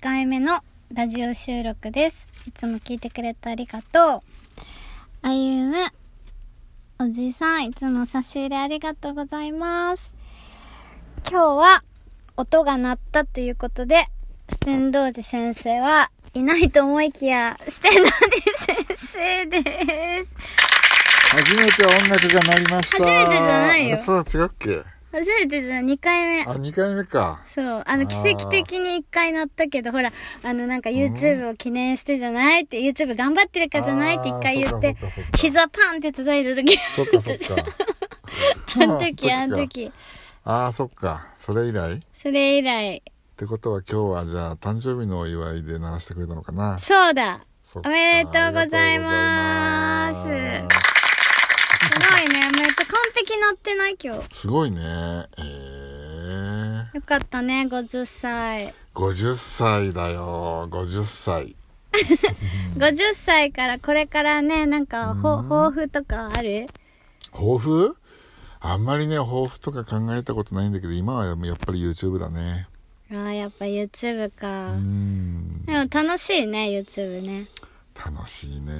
回目のラジオ収録です。いつも聞いてくれてありがとう。あゆむ、おじさん、いつも差し入れありがとうございます。今日は音が鳴ったということで、四天王寺先生はいないと思いきや、四天王寺先生です。初めて音楽が鳴りました。初めてじゃないよあそうだ、違うっけ初めてじゃん、2回目。あ、2回目か。そう。あの、あ奇ー跡的に一回なったけど、ほら、あの、なんか YouTube を記念してじゃないって、YouTube 頑張ってるからじゃないって一回言ってあーそっかそっ、か膝パンって叩いた時、そっかそっか。あの 時、ああのの時時。かああ、そっか。それ以来っそれ以来、てことは今日はじゃあ誕生日のお祝いで鳴らしてくれたのかな。そうだそおっかめでとうございます。すあごりいね。めっがとうございまちゃ完璧なってない今日。すすごいね。えー、よかったね、50歳。 50歳だよ。50歳。 50歳からこれからね、なんか、ほ、抱負とかある抱負あんまりね、抱負とか考えたことないんだけど、今はやっぱり YouTube だね。ああ、やっぱ YouTube かう。ん。でも楽しいね、YouTube ね。楽しいね。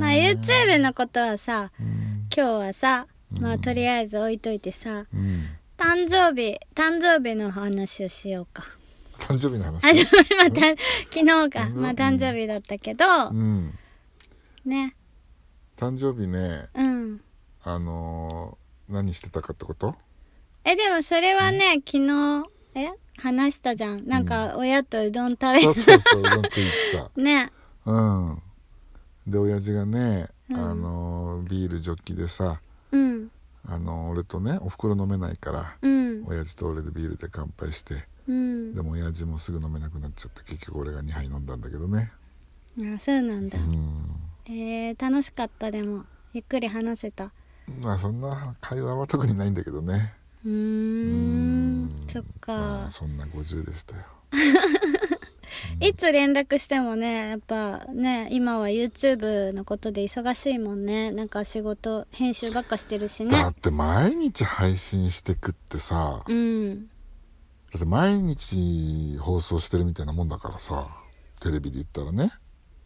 まあ YouTube のことはさ、うん今日はさ、まあとりあえず置いといてさ、うん。誕生日、誕生日の話をしようか。誕生日のあ、で話。も まあた昨日か、まあ誕生日だったけど、うん。ね。誕生日ね、うん。あのー何してたかってことえ、でもそれはね、昨日、え話したじゃん。なんか親とうどん食べそうそうそう、うどん食い行っね。た。うん。で、親父がね、あのービールジョッキでさ、うん。あのー俺とね、お袋飲めないから、うん。親父と俺でビールで乾杯して、うん。でも親父もすぐ飲めなくなっちゃって、結局俺が2杯飲んだんだけどね。あ、そうなんだう。ん。えー、楽しかったでも。ゆっくり話せた。まあそんな会話は特にないんだけどね。うーん。そっまかあ。そんな50でしたよ。いつ連絡してもね、やっぱね、今は YouTube のことで忙しいもんね。なんか仕事、編集ばっかしてるしだねっ。て毎日配信してくってさ、うん。だって毎日放送してるみたいなもんだからさテレビで言ったらね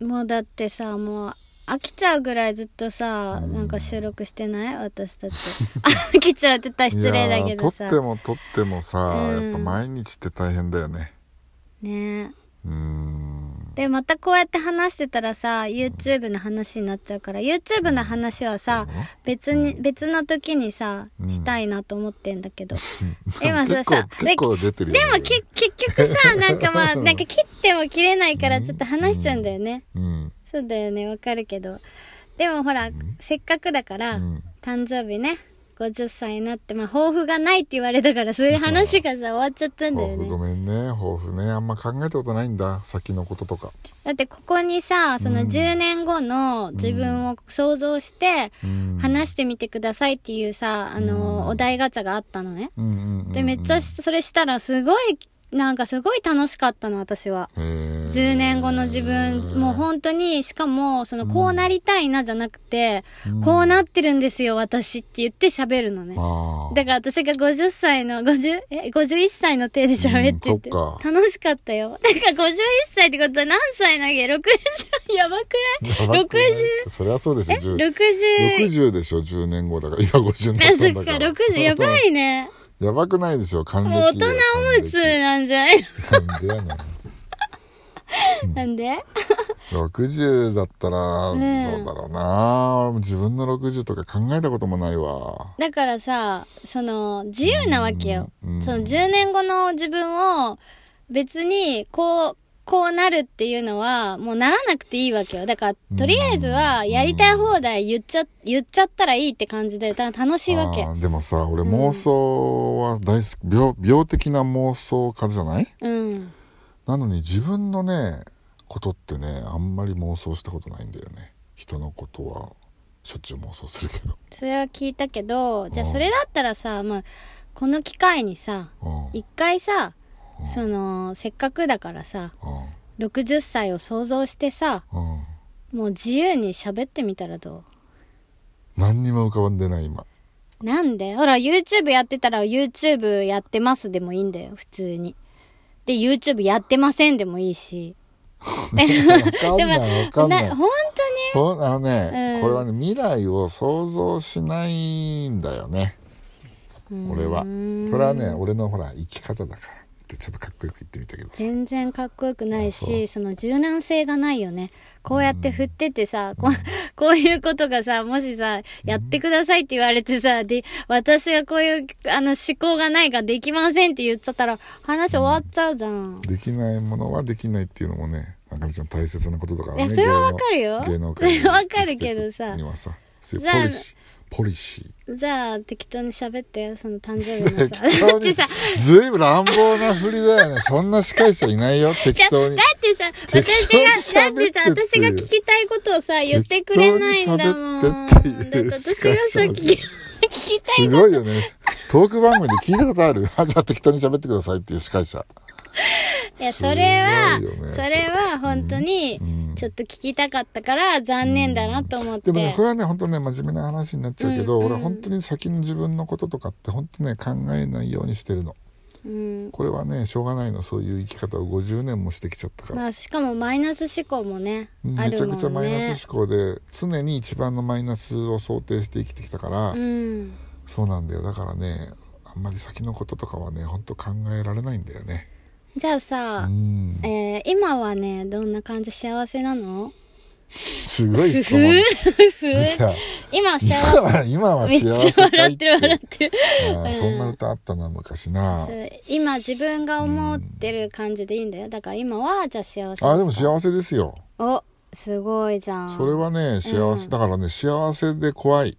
もうだってさ、もう飽きちゃうぐらいずっとさ、なんか収録してない私たち。 飽きちゃうって言ったら失礼だけどいやさー。撮っても撮ってもさ、うんやっぱ毎日って大変だよねねうーんで、またこうやって話してたらさ、YouTube の話になっちゃうから、YouTube の話はさ、別に、別の時にさ、したいなと思ってんだけど。今さ結構さ結構出てるでよ、もけ結局さなんかまあなんか切っても切れないからちょっと話しちゃうんだよね、うんそうだよねわかるけどでもほら、せっかくだから、ん誕生日ね50歳になってまあ抱負がないって言われたからそういう話がさ終わっちゃったんだよ抱負ごねめんね抱負ねあんま考えたことないんだ先のこととかだってここにさその10年後の自分を想像してうん話してみてくださいっていうさあのお題ガチャがあったのねうんうんうんでめっちゃしそれしたらすごいなんかすごい楽しかったの私はえー10年後の自分、もう本当に、しかも、その、こうなりたいなじゃなくて、こうなってるんですよ、私って言って喋るのね。あだから私が50歳の、50、え、51歳の手で喋ってて、うんそっか楽しかったよ。だから51歳ってことは何歳だっけ ?60、やばくないあ 60? そりゃそうでしょ 10… 60、 60でしょ10年後だから今50になあ、ったそっんだか、から60、やばいね。やばくないでしょ還暦もう大人おむつなんじゃないなんでやねんのなんで60だったらどうねえだろうな、俺も自分の60とか考えたこともないわだからさその自由なわけよ、うんその10年後の自分を別にこうこうなるっていうのはもうならなくていいわけよだからとりあえずはやりたい放題言っちゃ言っちゃったらいいって感じでた楽しいわけあーでもさ俺妄想は大好き、病病的な妄想家じゃないうんなのに自分のねことってねあんまり妄想したことないんだよね人のことはしょっちゅう妄想するけどそれは聞いたけどじゃあそれだったらさ、まあ、この機会にさうん一回さそのせっかくだからさ60歳を想像してさうんうんもう自由に喋ってみたらどう何にも浮かんでない今なんでほら、YouTube やってたら YouTube やってますでもいいんだよ、普通に。で、YouTube やってませんでもいいし。わかんない、わかんないな。本ほんあのね、うんこれはね、未来を想像しないんだよね。当に俺は。うこーんれはね、俺のほら、生き方だから。ってちょっとかっこよく言ってみたけどさ。全然かっこよくないあそしその柔軟性がないよねこうやって振っててさ、こうこういうことがさもしさやってくださいって言われてさで私はこういうあの思考がないからできませんって言っちゃったら話終わっちゃうじゃん、できないものはできないっていうのもね、あかりちゃん大切なことだからね。いやそれはわかるよ芸能芸能界 にわかるけどさにはさ、そういじゃあうポリシー、ポリシー。じゃあ適当に喋ってよその誕生日の 適さだ当 ってにさ。ずいぶん乱暴な振りだよね。そんな司会者いないよ、じ適ゃだ当っに。てさ適私当にがだって喋ってってさ私いうが聞きたいことをさ言ってくれないんだもんだ適当に喋ってっていうって私がさ聞き聞きたいすごいよね。トーク番組で聞いたことある あじゃあ適当に喋ってくださいっていう司会者。いや、それは、すごいよねそれは本当にうん、ちょっと聞きたかったから、残念だなと思って。でもね、これはね、本当にね、真面目な話になっちゃうけど、うんうん俺は本当に先の自分のこととかって本当ね、考えないようにしてるの。うん。これはね、しょうがないの、そういう生き方を50年もしてきちゃったから。まあ、しかもマイナス思考もねうん、あめちるゃくちゃもんマイねナ。ス思考で、常に一番のマイナスを想定して生きてきたから、うん。そうなんだよ。だからね、あんまり先のこととかはね、本当考えられないんだよね。じゃあうさ、ん。えー今はね、どんな感じ幸せなのすごい質問。いや、今幸今せ。は、今はめ幸っちせゃかい笑ってる笑ってる。あーそんな歌あったな、昔な。そう今自分が思ってる感じでいいんだよ。だから今は、じゃあ幸せですか。あ、でも幸せですよ。お、すごいじゃん。それはね、幸せ、だからね、幸せで怖い。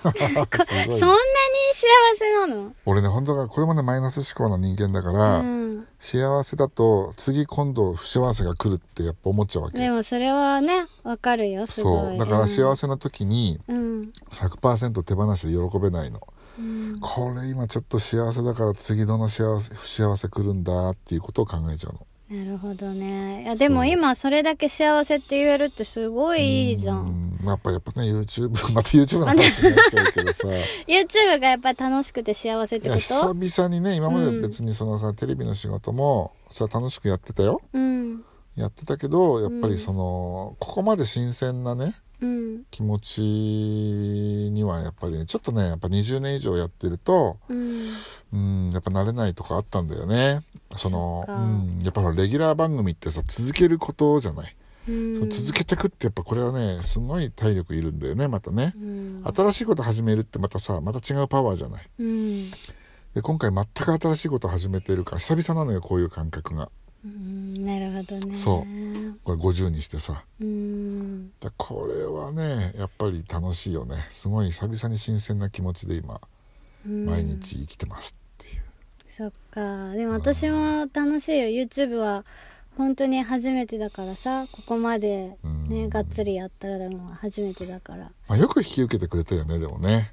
すごいそんなに幸せなの俺ね、本当が、これもね、マイナス思考の人間だから、うん。幸せだと、次今度不幸せが来るってやっぱ思っちゃうわけ。でもそれはね、わかるよ、すごそい。う。だから幸せ。せな時に、うん。 100%手放して喜べないの。うんこれ今ちょっと幸せだから次どの幸せ不幸せ来るんだっていうことを考えちゃうのなるほどね。いや、でもそう今それだけ幸せって言えるってすごいいいじゃ。うんんやっぱやっぱね YouTube また YouTube の話になっちゃうけどさい YouTube がやっぱり楽しくて幸せってやこ久と々にね今まで別にそのさ、テレビの仕事もさ楽しくやってたようん。やってたけどやっぱりその、ここまで新鮮なねうん。気持ちにはやっぱりねちょっとねやっぱ20年以上やってるとうん。うんやっぱ慣れないとかあったんだよねそのそっうかんやっぱほらレギュラー番組ってさ続けることじゃないうん。続けてくってやっぱこれはねすごい体力いるんだよねまたねう、ん。新しいこと始めるってまたさまた違うパワーじゃないうん。で今回全く新しいこと始めてるから久々なのよこういう感覚がうんなるほどね。。そうこれ50にしてさうん。だこれはねやっぱり楽しいよねすごい久々に新鮮な気持ちで今うん毎。日生きてますっていう、そっか。でも私も楽しいよ。YouTube は本当に初めてだからさ、ここまでうんね、がっつりやったのは初めてだから。まあ、よく引き受けてくれたよねでもね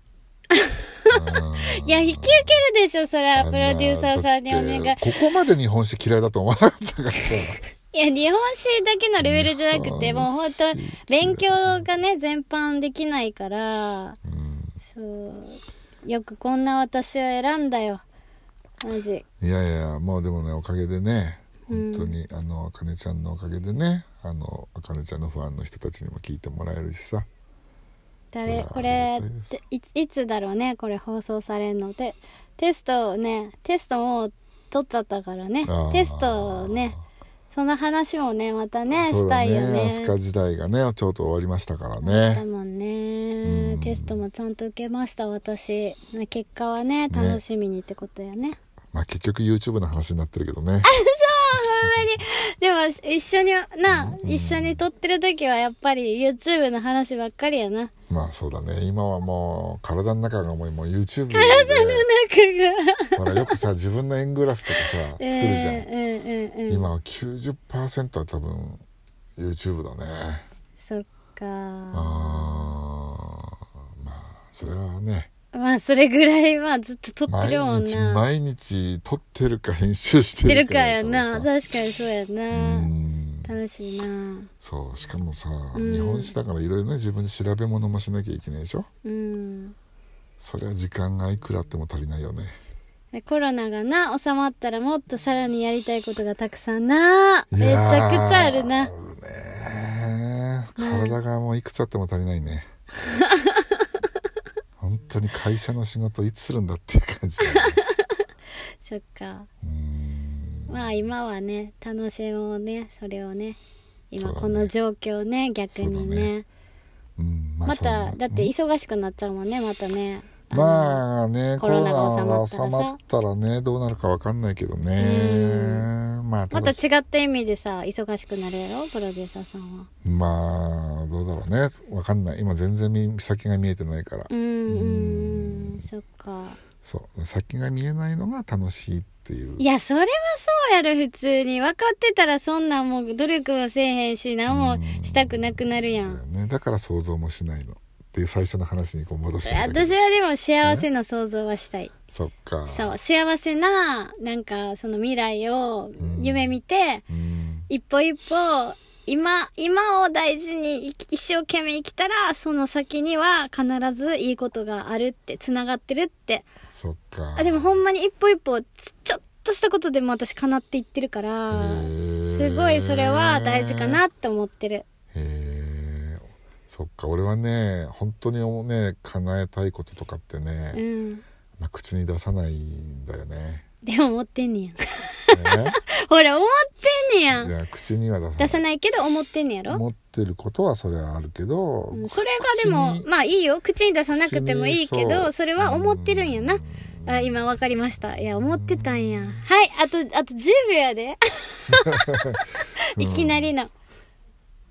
いや、引き受けるでしょ、それはプロデューサーさんにお願い。いだやっ、てここまで日本史嫌いだと思わなかったからさ日本史だけのレベルじゃなくて、日もう本本史当勉強がね、全般できないから、うんそう、よくこんな私を選んだよ。マジ。いやいやもうでもねおかげでねうん本当に、あのあかねちゃんのおかげでねあのあかねちゃんのファンの人たちにも聞いてもらえるしさ誰、そこれはあれりがたいですっていつ、いつだろうね、これ放送されるので。テストをね、テストもう取っちゃったからねあー。テストをね、その話もね、またね、そうしただいよねね。飛鳥時代がねちょっと終わりましたからだねもんね、うんテストもちゃんと受けました私結果はね楽しみにってことやね まあ結局 YouTube の話になってるけどね でも一緒にな、一緒に撮ってる時はやっぱり YouTube の話ばっかりや なまあそうだね今はもう体の中がもうもう YouTube でなんかがほらよくさ自分の円グラフとかさ 作るじゃん、えーうんうんうん今は90%は多分 YouTube だねそっあかーまあそれはねまあそれぐらいはずっと撮って毎るもん日な毎日撮ってるか編集し撮っててるるかかやだなからさ確かにそうやうな、ん楽しいなそうしかもさ、ん日本史だからいろいろね自分で調べ物もしなきゃいけないでしょうんそりゃ時間がいくらあっても足りないよねコロナがな、収まったらもっとさらにやりたいことがたくさんな。めいちやゃーくちゃあるな。ねえ体がもういくつあっても足りな いね本当に会社の仕事いつするんだっていう感じだねそっか。うんまあ今はね、楽しもうね、それをね。今そうだねこの状況ね、逆にそうだね。うんまあまそうた、ねだって忙しくなっちゃうもんね、またね。あのまあねココロロナナがが収収まったらさまったらねどうなるかわかんないけどねまあまたただ違った意味でさ、忙しくなるやろプロデューサーさんは。まあどうだろうねわかんない今全然見先が見えてないからうーん、うん、そっか。そう先が見えないのが楽しいっていういや、それはそうやろ、普通に。分かってたらそんなんもう努力もせえへんし、何もしたくなくなるやだよん。ねだから想像もしないのっていう最初の話にこう戻してみたけ私どはでも幸せな想像はしたい。そっかそう、幸せな、なんかその未来を夢見て、うん一歩一歩、今、今を大事に生き一生懸命生きたら、その先には必ずいいことがあるって、繋がってるって。そっかあ、でもほんまに一歩一歩、ちちょっとしたことでも私叶っていってるかへら、ーすごいそれは大事かなって思ってる。へえそっか俺はね本当にね叶えたいこととかってね、うん。まあ、口に出さないんだよ ねでも思ってんねや ん。ねほら、思ってんねやいん。や口には出さない出さないけど思ってんねやろ、持ってることはそれはあるけど、うんそれがでも口、にまあいいよ。口に出さなくてもいいけ口にそど、うそれは思ってるんやな。あ、今わかりました。いや、思ってたんや。はい、あと、あと10秒や で。 いきなりの。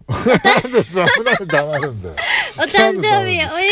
なんでダメなんで黙るんだよお誕生日おめで